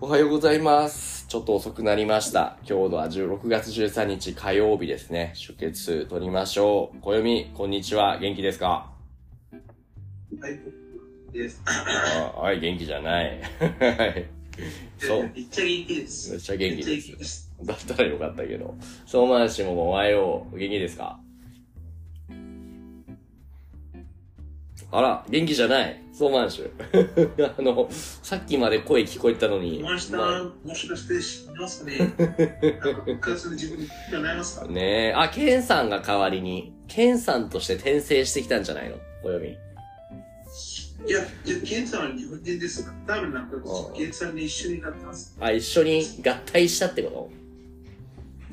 おはようございます。ちょっと遅くなりました。今日のは16月13日火曜日ですね。出血取りましょう。暦、こんにちは。元気ですかはい、です。あはい、元気じゃない。はい。そう。めっちゃ元気です。めっちゃ元気めでっちゃす元。です。だったらよかったけど。相馬氏もおはよう。元気ですかあら、元気じゃない。相馬氏。 あの、さっきまで声聞こえてたのに。山下まもしかして死にますかね。復活する自分じゃないますあか。ねえ。あ、ケンさんが代わりに、ケンさんとして転生してきたんじゃないのお読み。いや、じゃあ、ケンさんは日本人ですが、多分なんかうん、ケンさんに一緒になってます。あ、一緒に合体したってこと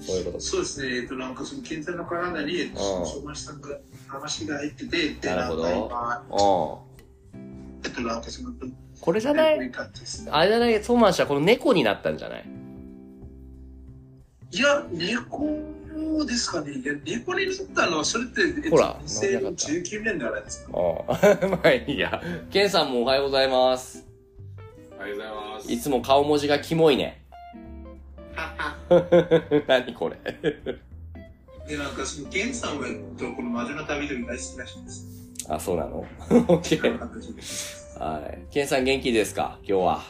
そういうことかそうですね、えっと、なんかそのケンさんの体に、えっと、うん相馬さんが話が入ってて、で、なるなほんどか今、うえっと、なんかその、ん。これじゃない感じです。あれじゃない相馬氏はこの猫になったんじゃないいや、猫ですかね。いや、猫になったのは、それって、えっとほら2019年だからですか。あ まあいいや。ケンさんもおはようございます。おはようございまいす。つも顔文字がキモいね。 何これ。で、なんかその、ゲンさんは、えっと、このマジの旅で大好きらしいです。あ、そうなの ?OK。ははい。ケンさん元気ですか今日は。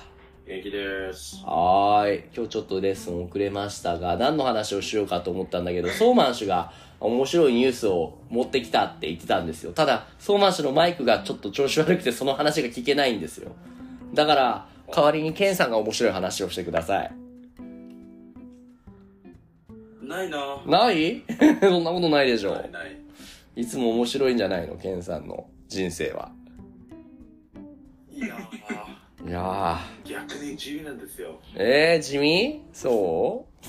元気です。はーい。今日ちょっとレッスン遅れましたが、何の話をしようかと思ったんだけど、ソーマン氏が面白いニュースを持ってきたって言ってたんですよ。ただ、ソーマン氏のマイクがちょっと調子悪くて、その話が聞けないんですよ。だから、代わりにケンさんが面白い話をしてください。ないな。ない そんなことないでしょ。ないない。いつも面白いんじゃないのケンさんの人生は。いやいやー、逆に自由なんですよ。ー。えー、地味そう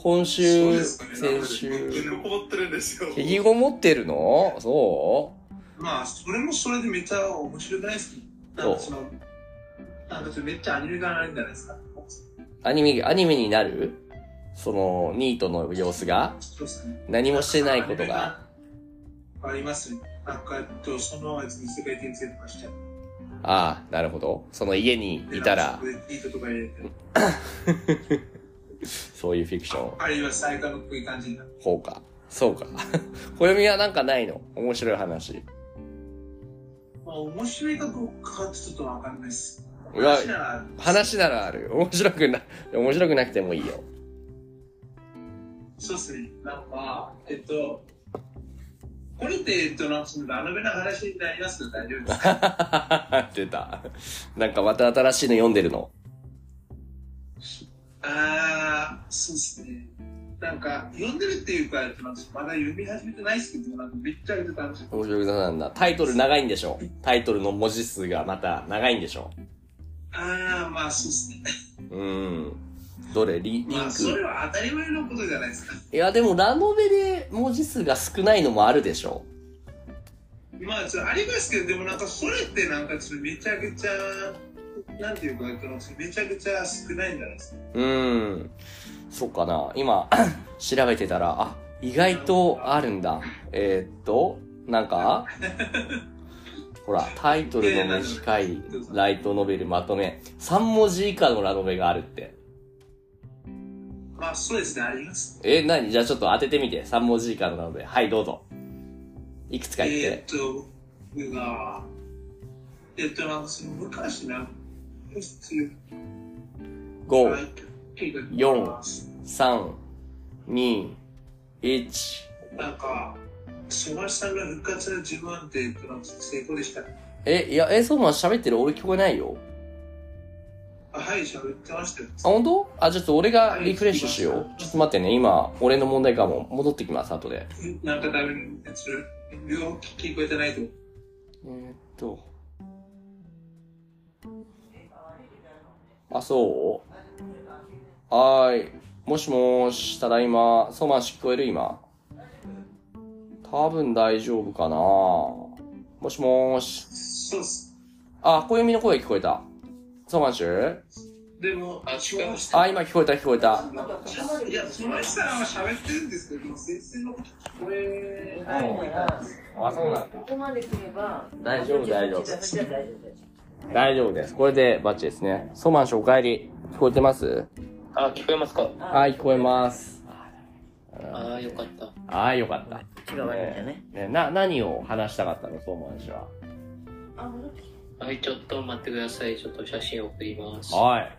今そう週、ですかね先自週。分思ってるんですよ。引きこもってるのそまあ、それもそれでめっちゃ面白くないですかなんかその、なんかそれめっちゃアニメがあるんじゃないですか。うアニメ、アニメになるその、ニートの様子がそうですね。何もしてないことが。ありますね。なんか、えっと、その、えっと、世界転生とかしちゃっああ、なるほど。その家にて。いたらそ、こでいいことが入れて。そういうフィクション。あるいは最下のこういう感じになる。ほうか。そうか。 暦はなんかないの面白い話。まあ、面白いかどうかはちょっとわかんないです。うわ話なら話ならある。面白くな、面白くなくてもいいよ。 そうっすね。なんか、えっと、これって、えっと、なんかそのラノベの話になりますけど大丈夫ですか出た。なんかまた新しいの読んでるの。あー、そうっすね。なんか、読んでるっていうか、えっと、なんかまだ読み始めてないっすけど、なんかめっちゃ読んでたんですよ。面白くなんだ。タイトル長いんでしょタイトルの文字数がまた長いんでしょあー、まあそうっすね。うん。どれリリまンあ、そク。れは当たり前のことじゃないですか。いや、でもラノベで文字数が少ないのもあるでしょまあ、それありますけど、でもなんか、それってなんか、それめちゃくちゃ、なんていうか、えっとなんかそれめちゃくちゃ少ないんじゃないですか。うん。そうかな。今、 調べてたら、あ、意外とあるんだ。えーっと、なんか、ほら、タイトルの短いライトノベルまとめ。3文字以下のラノベがあるって。まあ、そうですね、あります。え、なにじゃあちょっと当ててみて。3文字以下のなので。はい、どうぞ。いくつか言っ。えーってと、僕が、えーっと、なんかその昔な、 5、 4四3、2、1。なんか、小林さんが復活の自分って、えーっと、なんか成功でした。え、いや、え、そうまん喋ってる俺聞こえないよ。あ、はい、喋ってましたよ。あ、本当？あ、ちょっと俺がリフレッシュしよう。ちょっと待ってね。今、俺の問題かも。戻ってきます、後で。なんかダメなやつ、両聞聞こえてないと。えーっと。あ、そうはーい。もしもーし、ただいま。ソマン聞こえる今。多分大丈夫かなもしもーし。そうっす。あ、小弓の声聞こえた。ソマンシュでも、あ、違いました。あ、今聞こえた聞こえた。いや、小林さんは喋ってるんですけど、先生のこと聞こえないから。あ、そうなんだここまで来れば大丈夫大丈夫こっちこっちこっちは大丈夫です大丈夫です。これでバッチリですね。ソーマン氏お帰り。聞こえてますあ、聞こえますかはい、聞こえます。ああ、よかった。はい、よかった。気が悪いんだね。ね、な、何を話したかったの、ソーマン氏は。はい、ちょっと待ってください。ちょっと写真送ります。はい。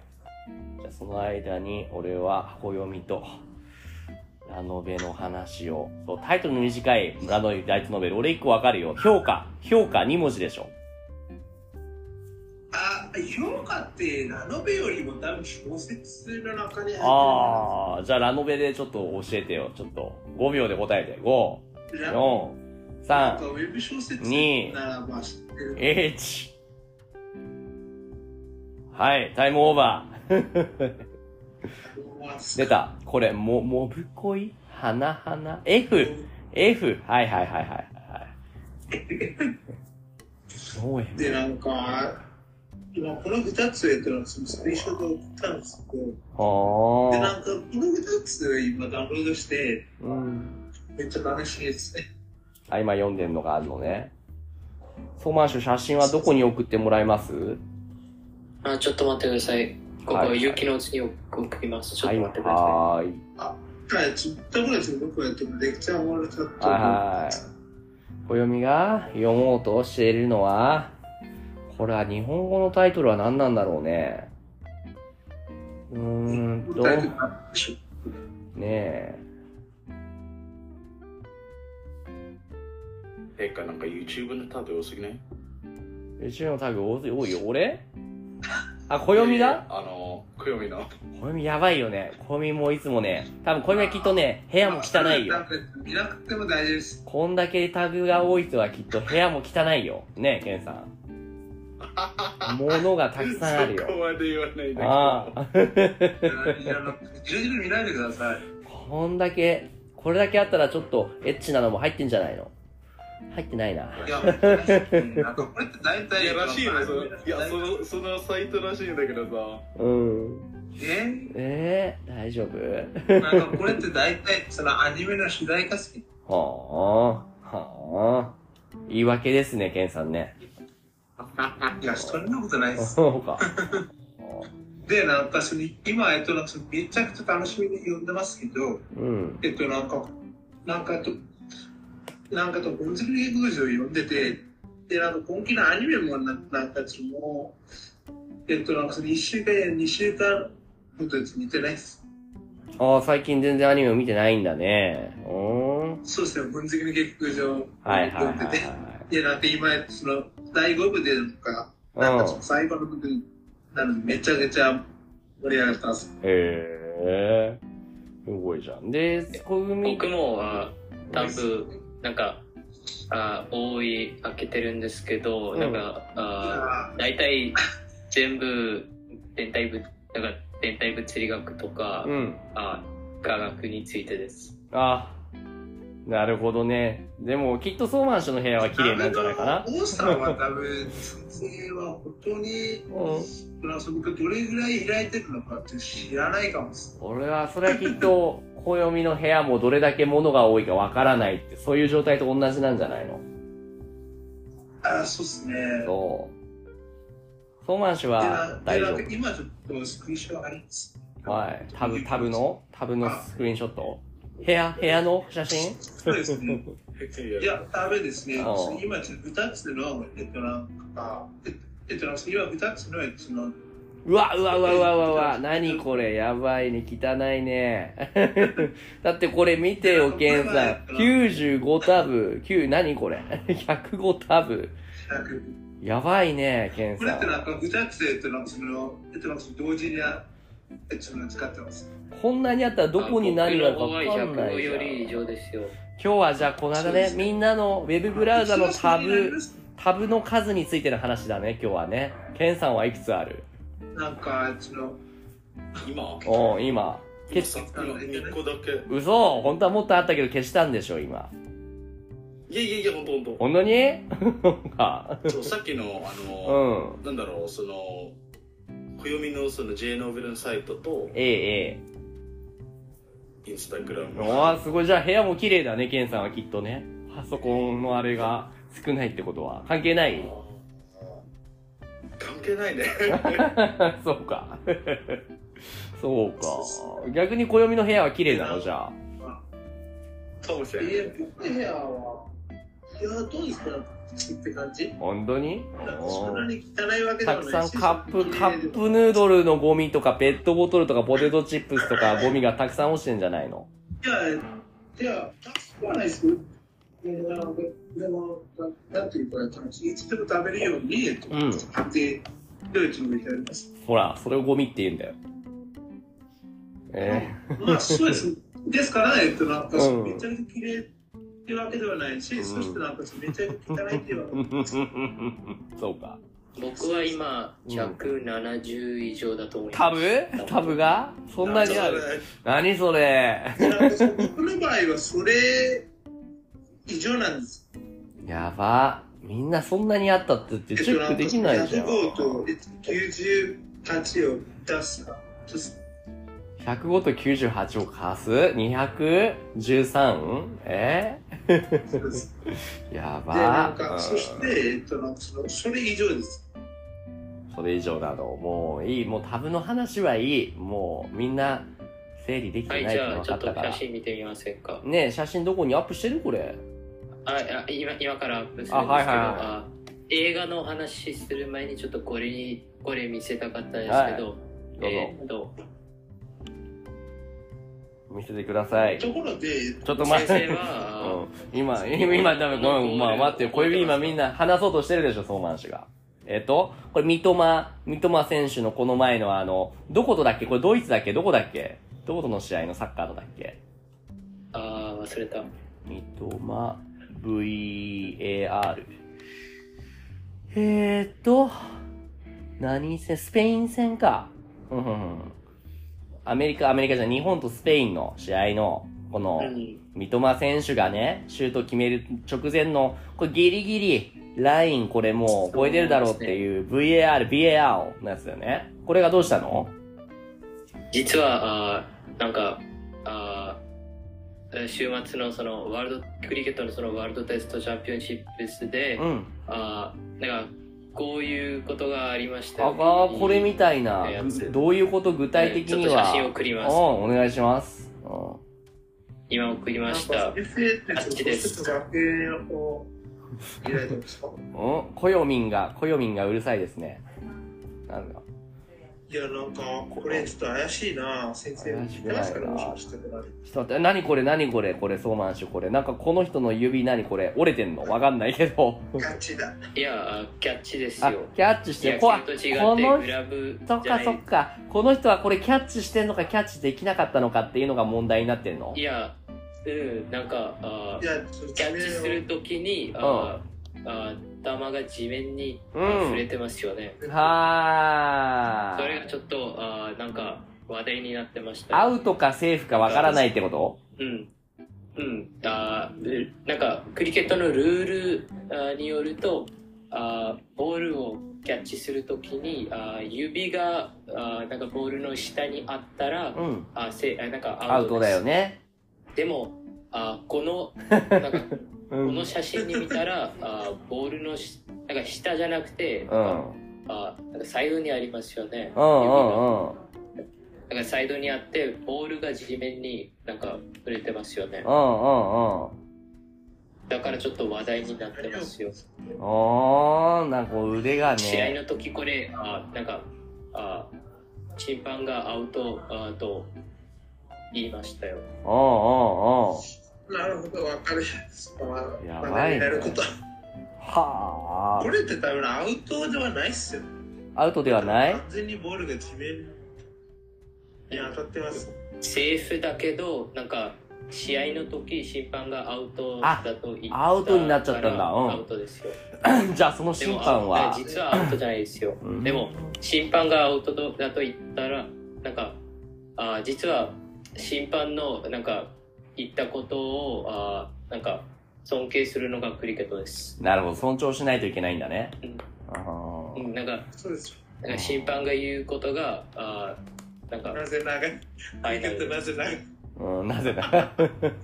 じゃあその間に俺は箱読みと、ラノベの話を。そう、タイトルの短いラノベ、ライトノベル。俺一個わかるよ。評価。評価2文字でしょ。あ、評価ってラノベよりも多分小説の中に入ってるあー、じゃあラノベでちょっと教えてよ。ちょっと、5秒で答えて。5、ラノ4、ベなん3か、ウェブ小説にならば知ってる。 1。はい、タイムオーバー。出た。これ、も、もぶこいはなはな ?F。F。はいはいはいはいはい。もうで、なんか、今この2つ、えっと、そのスクリーンショットを送ったんですけど、で、あなんか、この2つ今ダウンロードして、あ。うん。めっちゃ楽しいですね。あ、今読んでんのがあるのね。ソーマンシュ写真はどこに送ってもらえますあ、ちょっと待ってください。こはこ、い雪のうちに送ります。ちょっはとい待ってくださはーい。はい、ちょっとぐらいですね僕はやってもレクチャー終われちゃったはいはい。暦が読もうとしているのは、これは日本語のタイトルは何なんだろうね。うーんと。答えてもらったでしょねえ。てか、なんか YouTube のタイトル多すぎないうちのタグ多い多いよ。俺あ、暦だあの、暦の。暦やばいよね。暦もいつもね、多分暦はきっとね、部屋も汚いよ。見なくても大丈夫です。こんだけタグが多い人はきっと部屋も汚いよ。ねえ、ケンさん。物がたくさんあるそこよ。まで言わないでけどああ。あのじるじる見ないでください。こんだけ、これだけあったらちょっとエッチなのも入ってんじゃないの入ってないな。いや、なんかこれって大体いや、らしいよ、その、いや、その、そのサイトらしいんだけどさ。うん。えええ大丈夫なんかこれって大体、そのアニメの主題歌好き。はあ、はあ。言い訳ですね、ケンさんね。いや、そんなことないです。そう か。で、なんかその、今、えっと、なんかそのめちゃくちゃ楽しみに読んでますけど、うん。えっと、なんか、なんかと、なんかと、ゴンズルゲ偶像を読んでて、で、なんか今期のアニメもな、なんかその、えっと、なんかその1週間や2週間ほど似てないです。ああ、最近全然アニメを見てないんだね。うーん。そうですね、分析の結局上、はいはいは読いんでて。で、なんか今、その、第5部でとか、なんはかい。そうんの。最後の部分、なので、めちゃくちゃ盛り上がったんです。へえ。すごいじゃん。で、小い。組。僕もは、多分、なんか、あ多い、開けてるんですけど、うんなんか、ああ大体、全部、天体物、なんか、天体物理学とか、うん。あ科学についてです。あなるほどね。でも、きっとソーマン氏の部屋は綺麗なんじゃないかな。王さんは多分、撮影は本当に、うん。フランス僕どれぐらい開いてるのかって知らないかもし俺は、それはきっと、暦の部屋もどれだけ物が多いかわからないって、そういう状態と同じなんじゃないのれない。あ、そうっすね。そう。ソーマン氏ではな大でな丈んか今ちょっとスクリーンショットあります。夫。はい。タブ、タブのタブのスクリーンショット部屋、部屋の写真そうです ね。いいや、や、ダメですね。ああ今ちょっと2つの、えっとなんか、えっえっとなんか今2つの、えっとその、うわ、うわ、うわ、うわ、うわ、うわ、何これ、やばいね、汚いね。 だってこれ見てよ、ケンさん。95タブ、9、何これ ?105 タブ。なんかやばいね、ケンこれさってなんん。か2つで、えっとなんかその、えっとなんかその同時にや、えっとその使ってます。こんなにあったらどこに何があるかわかん105ないじゃよん。り以今上ですよ。日はじゃあ、この間そうでねす、ねみんなのウェブブラウザのタブ、一タブの数についての話だね、今日はね。ケンさんはいくつある番なんか、その、今おう今。消しさっきの2個だけ。嘘本当はもっとあったけど消したんでしょ、今。いやいやいや、ほんとほんと本当にそうか。そう。さっきの、あ うの、ん。なんだろう、その、暦のその J ノーベルのサイトと、ええ、ええ。インスタグラム。わあすごいじゃあ部屋も綺麗だねケンさんはきっとねパソコンのあれが少ないってことは関係ない関関係ないね そうか。 そうか。逆に暦の部屋は綺麗なのじゃあ。かもしれない、えー、僕の部屋は、いや、どうですかって感じ。本当になんかそんなに汚いわけでたもくなさいんし。カップ、綺麗でカップヌードルのゴミとか、ペットボトルとか、ポテトチップスとか、ゴミがたくさん落ちてんじゃないのいや、いや、たくはないですよ。でも、なんかでもななんていうか、いつでも食べるように、えっと、うん買って、料理に置いてあります。ほら、それをゴミって言うんだよ。えまあ、そうです。ですから、えっと、なんか、うんめちゃくちゃ綺麗ってわけではないし、うんそしてなんか、めちゃくちゃ汚いっていうのはえ そうか。僕は今、170以上だと思います。タブタブがそんなにある。何それなんかそう僕の場合は、それ以上なんです。やば。みんなそんなにあったって言ってチェックできないじゃん。 105と98を出すか。ちょっと105と98を足す 213? えそうですやで、なんばか、うんそして、えっと、なんかその、それ以上です。それ以上などもういいもうタブの話はいいもうみんな整理できはてい、ないっじてゃあ、分ちょかっっとたから写真見てみませんか。ねえ写真どこにアップしてるこれああ今今からアップするんですけどあはいはいはいあ映画のお話しする前にちょっとこれにこれ見せたかったですけど、どうぞえーっと見せてくださいちところで、ょっと待先っ生て は、うん今、今、今、ダメ、ごめん、まあ、待ってよ。これ今みんな話そうとしてるでしょ、相馬氏が。えっと、これ三笘、三笘選手のこの前のあの、どことだっけこれドイツだっけどこだっけどことの試合のサッカーとだっけああ忘れた三笘 VAR えーっと何戦スペイン戦かうんうんうんアメリカアメリカじゃない日本とスペインの試合のこのうん三笘選手がねシュート決める直前のこれギリギリラインこれもう超えてるだろうっていう VAR、VAR のやつだよね。これがどうしたの実はあーなんかあー週末のそのワールドクリケットのそのワールドテストチャンピオンシップスで、うん。あーなんかこういうことがありましたああ、これみたいなや。つどういうこと具体的には。ちょっと写真送りますうん、お願いします。うん今送りなまんかした先生って、あっちですちょっとだけを入れてました。おこよみんが、こよみんがうるさいですね。なんだ。いや、なんか、これちょっと怪しいな先生。怪しくないなますから、もしもしてくれるちょっと待って、何これ、何これ、これ、ソーマンシュ、これ。なんかこの人の指、何これ、折れてんのわかんないけ ど。ガチだ。いやあーキャッチですあよ、キャッチしいてやる。そこわれとこ違ってのグラブそっじゃなかいそっか。この人はこれキャッチしてんのか、キャッチできなかったのかっていうのが問題になってんのいや、うん、なんか、あいや、ちょっとキャッチ するときに、ああ頭が地面に、あうん触れてますよね。はそれがちー。ょっと、あなんか、話題になってました。アウトかセーフかわからないってことうん。うん。あーなんか、クリケットのルールあーによると、あーボールをキャッチするときに、あー指があーなんかボールの下にあったら、うん。あーせあなんかアアウウトトでだすよね。でも、あーこの、な んか、うこのん。写真に見たらあーボールのしなんか下じゃなくて、うん。あーなんかサイドにありますようんね、指がうんうん。なんかサイドにあってボールが地面になんか触れてますよねうんうんうん。だからちょっと話題になってますよ、おー、なんかこう腕が試合ね。の時これあーなんかあー審判がアウトあーと言いましたよおうんうんうん。なるほど、わかる。まあやばいねまあやること。はこれって多分アウトではないっすよ。あ。アウトではない 完全にボールが地面に当たってます。セーフだけどなんか試合の時審判がアウトだと言ったあアウトになっちゃったんだからうんアウトですよじゃあそので審も判は。実はアウトじゃないですよ、うんでも審判がアウトだと言ったらなんかあー実は審判のなんか言ったことをあーなんか尊敬するのがクリケットです、なるほど、尊重しないといけないんだね。うんあうーん、なんかそうですよ。なんか審判が言うことがあーなんかなぜ長いフクァリイケナットルなぜ長いうん、なぜだ。ククリ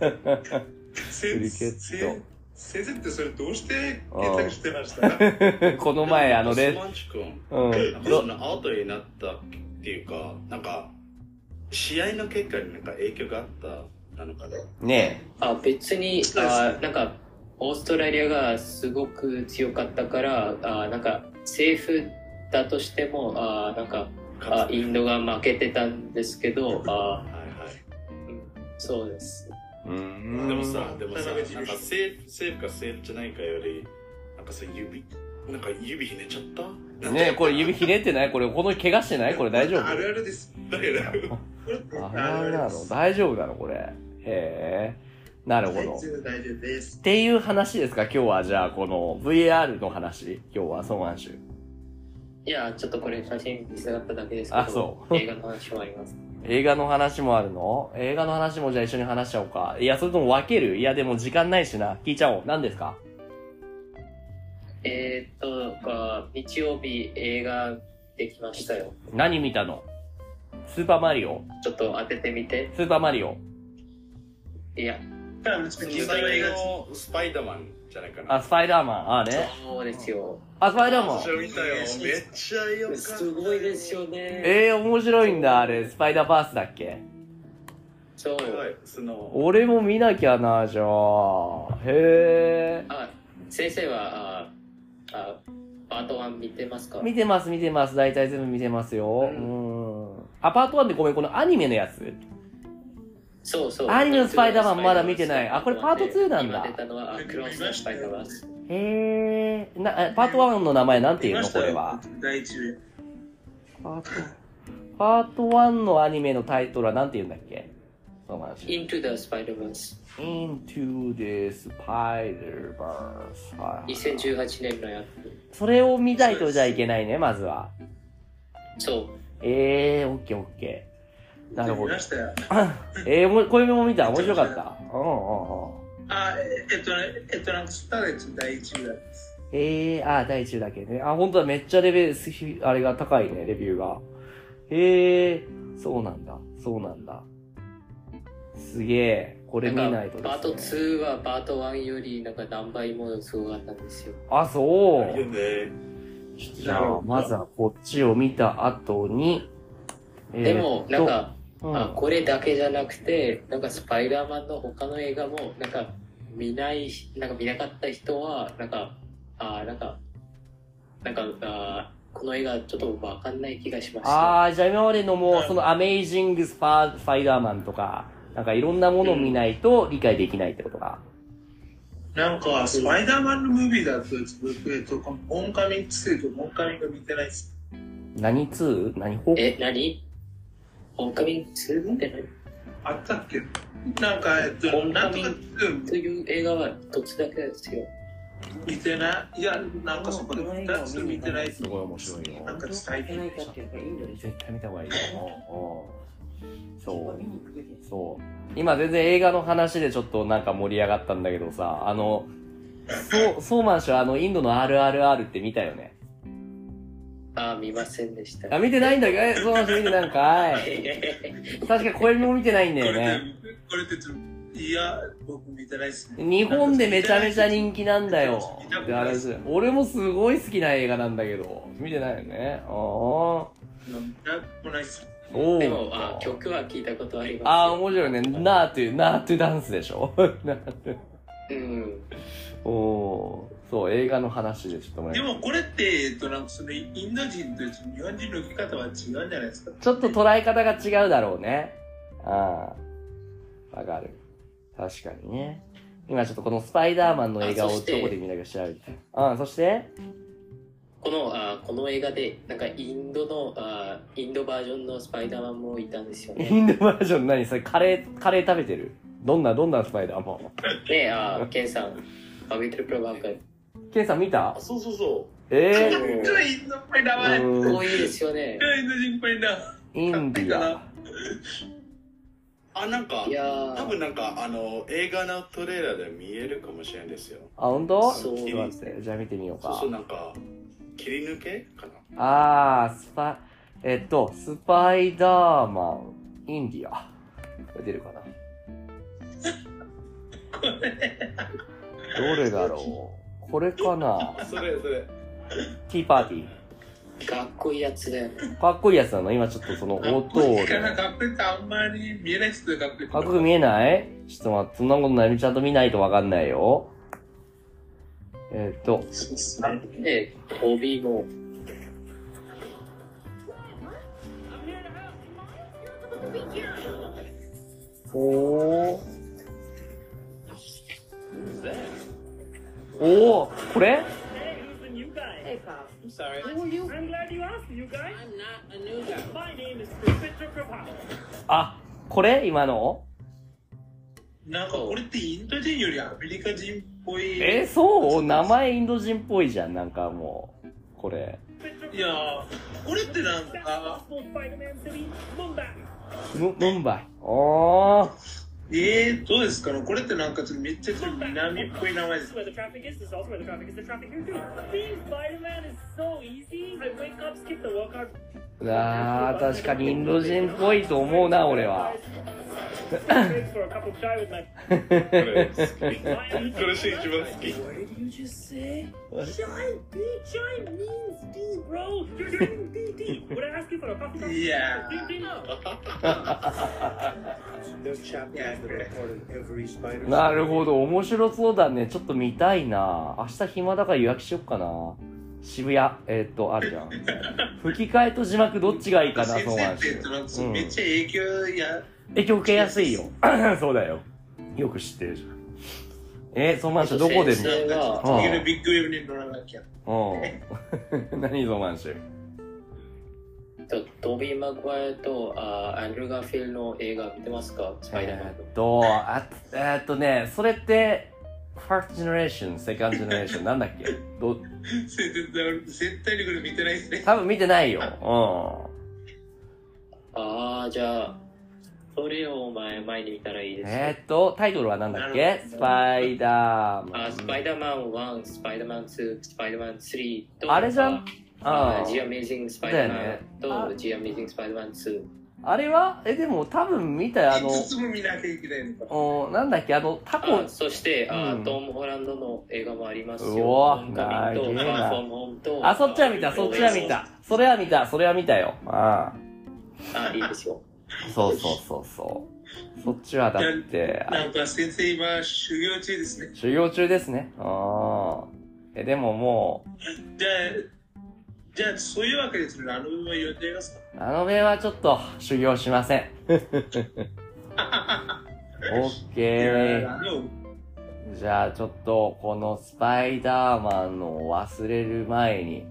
ケット。先生ってそれどうして検索してました この前、あのね。ね、スマンチ君、うんなん。かそどのアウトになったっていうか、なんか、試合の結果になんか影響があったなのかな。ねあ別にあなんかオーストラリアがすごく強かったからあなんか政府だとしてもあなんかあインドが負けてたんですけどはいあそうですえ。うはい。んでもさ、でもさ、田な中んか事務所政府政府か政府じゃないかより、なんかさ、指、なんか指ひねっちゃったねえ、これ指ひねってないこれ、この怪我してないこれ大丈夫あるあるです。だけど、あれなでのす大丈夫なのこれ。へえ。なるほど。っ全然大丈夫です。ていう話ですか今日は、じゃあ、この VR の話。今日は、ソマンシュ。いやちょっとこれ写真見せがっただけですけどあそう映画の話もあります 映画の話もあるの映画の話もじゃあ一緒に話しちゃおうか。いや、それとも分けるいや、でも時間ないしな。聞いちゃおう。何ですかえー、っとあ日曜日映画できましたよ何見たのスーパーマリオちょっと当ててみてスーパーマリオいや実際のスパイダーマンじゃないかな。あ、スパイダーマン。あーね。そうですよあ、スパイダーマン私。は見たよ。めっちゃよかった。すごいですよねえー、面白いんだ、あれ。スパイダーバースだっけそうよはい、その、俺も見なきゃな、じゃあ。へあ先生はああパート1見てますかー。見てます、見てます。大体全部見てますよ。う。うんアパート1でごめん、このアニメのやつ。そうそうアニメのスパイダーマンまだ見てないあこれパート2なんだ今出たのはあクロスのスパイダーマンですへー。な、えパート1の名前なんていうのこれは。。第一名。パート、パート1のアニメのタイトルはなんて言うんだっけそうなんですよ Into the Spider-Verse Into the Spider-Verse はい。 2018年のやそれを見ないとじゃいけないね、まずは。つそうえー、オッケーオッケー。なるほ見どま。したよ。えー、もうこれも見た。面白かった。うんうんうん。あ、ええっとね、えっと、なんか、スタレッチ第一名です。えー、あー、第1だけね。あ、本当だ、めっちゃレベル、すあれが高いね、レビューが。えー、そうなんだ、そうなんだ。すげえ、これ見ないとです、ね。んかパート2はパート1よりなんか何倍もすごかったんですよあ、そう。いいよね。じゃあ、まずはこっちを見た後に、えーでもなん、かとうんあこれだけじゃなくてなんかスパイダーマンの他の映画もなんか見ないなんか見なかった人はなんかあなんかなんかあこの映画ちょっとわかんない気がしましたああ、じゃあ今までのもう、そのアメイジングスパー、スパイダーマンとか、なんかいろんなものを見ないと理解できないってことか。なんか、スパイダーマンのムービーだと、僕、えっと、オンカミン2とオンカミンが見てないです。何 2? 何方え何オンカミン2って何あったっけなんか、えっと、オンなカんとミンか2という映画は一つだけですよ見てないいや、なんかそこで2つ見てないですす。ごい面白いよ。なんか最近見てないかっていうかインドで絶対見た方がいいよ。そう見。に行くべきですそう。今全然映画の話でちょっとなんか盛り上がったんだけどさ、あの、そう、そうマンションあの、インドの RRR って見たよね。あ見ませんでした あ、見てないんだけど、え、そうマンション見てないんかい。確かこれも見てないんだこよれでね。、これで、いや、僕見てないですね。日本でめちゃめちゃ人気なんだよ見た。こでとあないれです俺もすごい好きな映画なんだけど、見てないよね。ああ。お見たことないです。おでもあ曲は聞いたことありますあー、面白いね。なーという、なーというダンスでしょ。うんおおー。そう、映画の話でちょっとでね。もこれって、えっと、なんかそのインド人と日本人の受け方は違うんじゃないですかちょっと捉え方が違うだろうね。ああ。わかる。確かにね。今ちょっとこのスパイダーマンの映画あをそしてどこで見ながら調べて。うん、そしてこのあこの映画でなんかインドのあインドバージョンのスパイダーマンもいたんですよねインドバージョン何それカレー、カレー食べてるどんな、どんなスパイダーマンねえ、あー、ケンさん、パビトルプロバンカー。ケンさん見たあ、そうそうそえインドっぽいな、えインー多いですよね。ド人っぽいな。インディア。う。あ、なんかい、や多ー、分なんか、あの、映画のトレーラーで見えるかもしれないですよ。あ、ほんとちそょうっと待って。じゃあ見てみようか。そうそう、なんか、切り抜けかな。あー、スパ、えっと、スパイダーマン、インディア。これ出るかな。どれだろうこれかなそれそれティーパーティかっこいいやつだよね。ー。かっこいいやつなの今ちょっとその音をね。からカッペってあんまり見えないっすね、カッペかっこよく見えないちょっと待って、そんなことなみちゃんと見ないとわかんないよ。えーっと、そうですね。で、帯も。おー。おー、これ Hey, who's the new guy? Hey, pal. I'm sorry. Who are you? I'm glad you asked, you guy. I'm not a new guy. My name is Professor Prabhat. あ、これ今のなんかこれってインド人よりアメリカ人っぽい。えーそう名前インド人っぽいじゃん、なんかもう。これ。 Professor いやー、Prabhat. これってなん That's か、 possible, Spider-Man City, Mumbai. ム、ムンバイ。おー。えー、どうですかねこれってなんかちょっとめっちゃちょっと南っぽい名前で This す is。where the traffic is. This is also where the traffic is. The traffic here too. Being Spider-Man is so easy. I wake up, skip the workout. うわー、確かにインド人っぽいと思うな、俺は。 For a cup of chai with my これ好き こ れし一番好き What did you just say? Shine, B, shine means D, bro. You're doing DD. Would I ask you for a coffee? Yeah. DD. なるほど、面白そうだね。ちょっと見たいな。明日暇だから予約しよっかな。渋谷、えーっと、ある じゃん。吹き替えと字幕どっちがいいかな、先そう生なんって言うとなんかですそよ。のめっちゃ影響や、影響受けやすい よ。そうだよ。よく知ってるじゃん。えー、ソーマンシュどこで見先生なんかが、ちょっと時々ビッグウェブに乗らなきゃ。うん。 何ソーマンシュとトビー・マグワイアとあーアンドル・ガーフィールドの映画見てますかスパイダーマえンーっと、あえーっとね、それって、ファーストジェネレーション、セカンドジェネレーション、 なんだっけど絶対絶対にこれ見てないですね。多分見てないよ。ああ、じゃあ、それをお前前に見たらいういん。ですよ。えーっと、タイトルはなんだっなけスパイダーマあン。スパイダーマン1、スパイダーマン2、スパイダーマン3と、あれじゃんあうんジアメイジング・スパイダーマだよンねと、ジアメイジング・スパイダーマン2。あれはえ、でも多分見たよあ5つも見なきゃいけないのか。の、うん、なんだっけあの、タコあ、そして、あうんトム・ホランドの映画もありますよ。うおホームカミングなと、いなファーフォームホームと。あ、そっちは見た、そっちは見。た。それは見た、それは見たよ。ああ、いいですよ。あそうそうそうそう。そっちはだって、なんか先生今修行中ですね。修行中ですね。ああ。え、でももじゃあ、じゃあそういうわけですね。あの馬呼んじゃいますか。う、あの辺はちょっと修行しません。 オッケー。あのじゃあちょっとこのスパイダーマンの忘れる前に、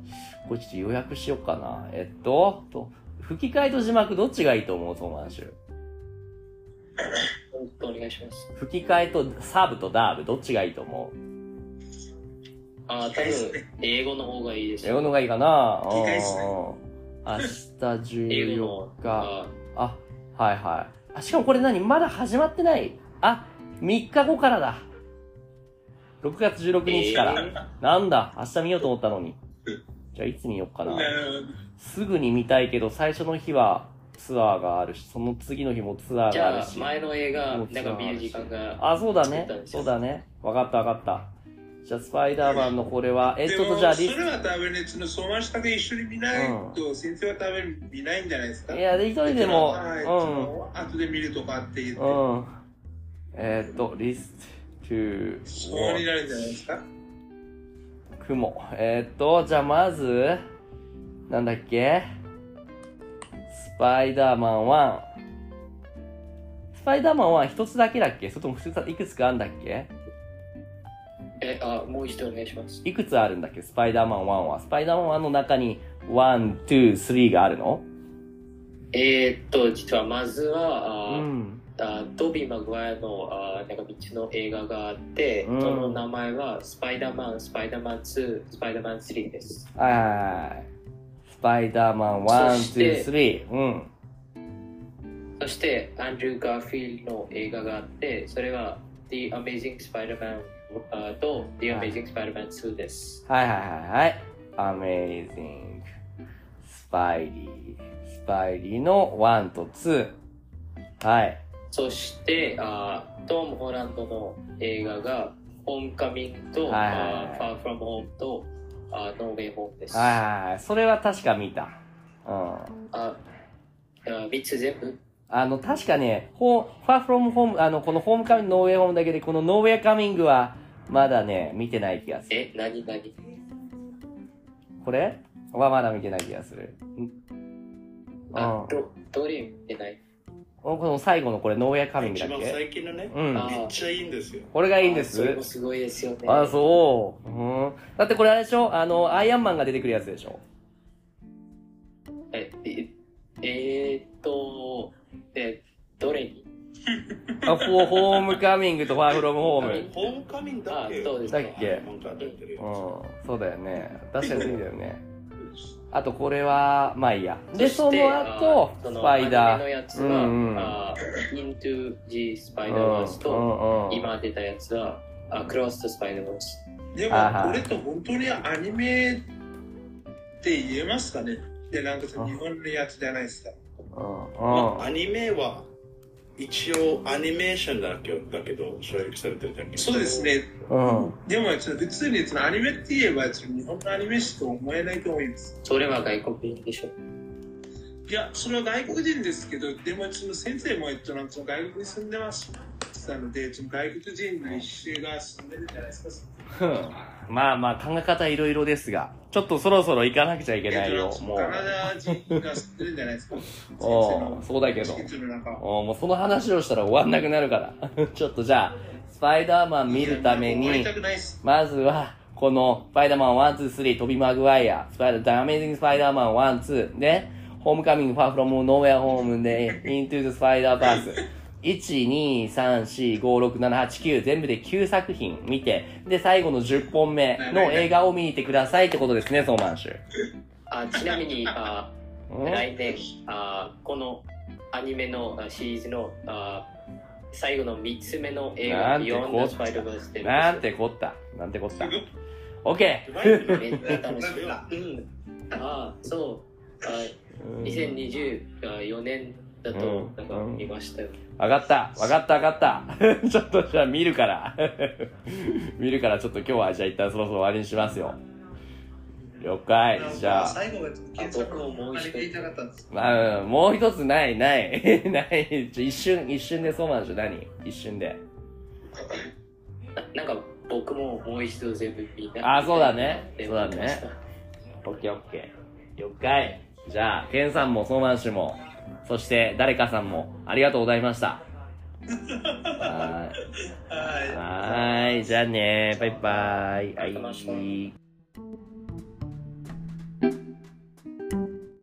これちょっと予約しようかな。えっと、と吹き替えと字幕どっちがいいと思うトーマンシュ。本当お願いします。吹き替えとサブとダーブどっちがいいと思うあ、多分、英語の方がいいです英よ。語の方がいいかな吹き替えっすねうん明英日語14の。日。ああ、はいはい。あ、しかもこれ何まだ始まってないあ、3日後からだ。6月16日から。えーなんだ明日見ようと思ったのに。じゃあいつ見ようかな。すぐに見たいけど、最初の日はツアーがあるし、その次の日もツアーじがあゃるあ、し。前の映画、もなうんか見る時間が。あ、そうだ作っねたん。ですそようだね。わかったわかった。じゃあ、スパイダーマンのこれは、え、でちょっもとじゃあそリスれは多分ね、その相馬下で一緒に見ないと先生は多分見ないんじゃないですか。いや、で一人でも、うん。後で見るとかって言って、うそん。うん。えーっと、リスト、ゥうになるんじゃないですか。雲。えーっと、じゃあまず、なんだっけスパイダーマン1。スパイダーマン1一つだけだっけそれとも普通いくつかあんだっけえ、あ、もう一度お願いします。いくつあるんだっけスパイダーマン1は。スパイダーマン1の中に、1、2、3があるのえーっと、実はまずうは、あーん。あートビー・マグワイアのあーなんか3つの映画があって、うんその名前はスパイダーマン、スパイダーマン2、スパイダーマン3です。はいはいはい。スパイダーマンそ1、して2、3。うん。そして、アンドリュー・ガーフィールドの映画があって、それは The Amazing Spider-Man あーと The はい Amazing Spider-Man 2です。はいはいはいはい。Amazing. スパイリー。スパイリーの1と2。はい。そして、あートム・ホランドの映画がホームカミングはと、いはいはいあーファーフラムホームと、あーノーウェイホームです。あはいはいはい。それは確か見た。うん。あ3つ全部あの、確かね、ホー、ファーフロムホーム、あの、このホームカミング、ノーウェイホームだけで、このノーウェイカミングは、まだね、見てない気がする。え、何何これはまだ見てない気がする。うん。あうん、ど、どれ見てないこの最後のこれ、ノーウェイカミングだ一っ番け最近のね、うんあ。めっちゃいいんですよ。これがいいんですあーそれもすごいですよね。あ、そう。うん。だってこれあれでしょあの、アイアンマンが出てくるやつでし ょえ、ええーっと、え、どれにあ、ホーホームカミングとファーフロムホーム。うんホームカミングだっけあそうですだっけなんか出てるうよ。ん。そうだよね。確かにそうだよね。あとこれは、まあいいや。で、そしての後、あーそスのパイダアニメのー。やつうは、んうんあー Into the う Spider-Verse と、んうん今出たやつは、あクロスとスパイダーバース。でもあはこれと本当にアニメって言えますかねでなんかさあ日本のやつじゃないですかうんうんアニメは、一応アニメーションだけだけど、省略されてるだけ。そうです。ねうん。でもちょっと普通にそのアニメって言えばちょっと日本のアニメしか思えないと思いますそれは外国人でしょ。いやそれは外国人ですけどでもその先生もえっとなんかその外国に住んでますなのでその外国人の一周が住んでるじゃないですかまあまあ考え方いろいろですが、ちょっとそろそろ行かなくちゃいけないよ、もう。カナダ人が住んでるじゃないですか先生おのうそうだけど。敷地の中おうもうその話をしたら終わんなくなるから。 ちょっとじゃあ、スパイダーマン見るためいやもう終わりにた、くないっすまずは、この、スパイダーマン1、2、3、トビ・マグワイア、スパイダー、ダメージング・スパイダーマン1、2、ね、ホームカミング、ファーフロム、ノーウェア・ホームで、イントゥ・ザ・スパイダー・バース。1、2、3、4、5、6、7、8、9、全部で9作品見て、で、最後の10本目の映画を見に行ってくださいってことですね、ソーマンシュ。あちなみに、あうん来年あ、このアニメのあシリーズのあ最後の3つ目の映な画、んてビヨンこっド・ちゃスパイダーバースで。なんてこった。なんてこった。オッケめっちゃ楽しみだ。うん。あそう。あー2024年だと、なんか見ましたよ。上がった上がった上がった ちょっとじゃあ見るから 見るからちょっと今日はじゃあ一旦そろそろ終わりにしますよ了解じゃあ最後が検索をもう一回言いたかったんです。まあ、うんもう一つないない ないちょ一瞬一瞬でそうなんですよ何一瞬でななんか僕ももう一度全部見たあそうだねでそうだね見ましたオッケーオッケー了解じゃあケンさんもソーマン氏もそして誰かさんもありがとうございましたは ーいはいはーいじゃあねバイバイありがとうございましたはい